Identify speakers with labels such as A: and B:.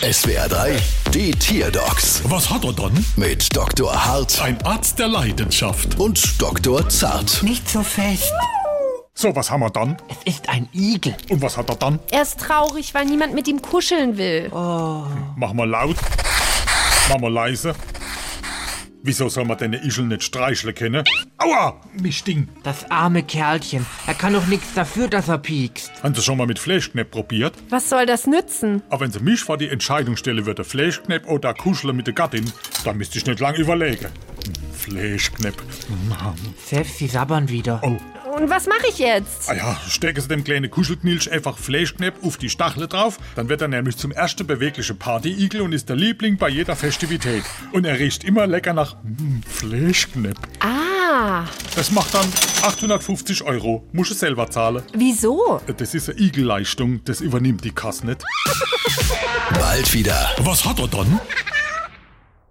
A: SWR 3, die Tierdocs
B: Was hat er dann?
A: mit Dr. Hart
B: Ein Arzt der Leidenschaft.
A: und Dr. Zart.
C: Nicht so fest.
B: So, was haben wir dann?
C: Es ist ein Igel.
B: Und was hat er dann?
D: Er ist traurig, weil niemand mit ihm kuscheln will.
B: Machen wir laut. Machen wir leise. Wieso soll man den Ischel nicht streicheln können? Aua! Mich Ding.
C: Das arme Kerlchen. Er kann doch nichts dafür, dass er piekst.
B: Haben Sie schon mal mit Fleischknepp probiert?
D: Was soll das nützen?
B: Aber wenn Sie mich vor die Entscheidung stellen würde, Fleischknepp oder Kuscheln mit der Gattin, dann müsste ich nicht lang überlegen. Hm, Fleischknepp.
C: Seth, sie sabbern wieder.
D: Und was mache ich jetzt?
B: Ah ja, stecken Sie dem kleinen Kuschelknilch einfach Fleischknepp auf die Stachle drauf, dann wird er nämlich zum ersten beweglichen Partyigel und ist der Liebling bei jeder Festivität. Und er riecht immer lecker nach mm, Fleischknepp.
D: Ah,
B: Das macht dann 850 Euro. Muss ich selber zahlen.
D: wieso?
B: Das ist eine Igelleistung, das übernimmt die Kasse nicht.
A: Bald wieder.
B: Was hat er dann?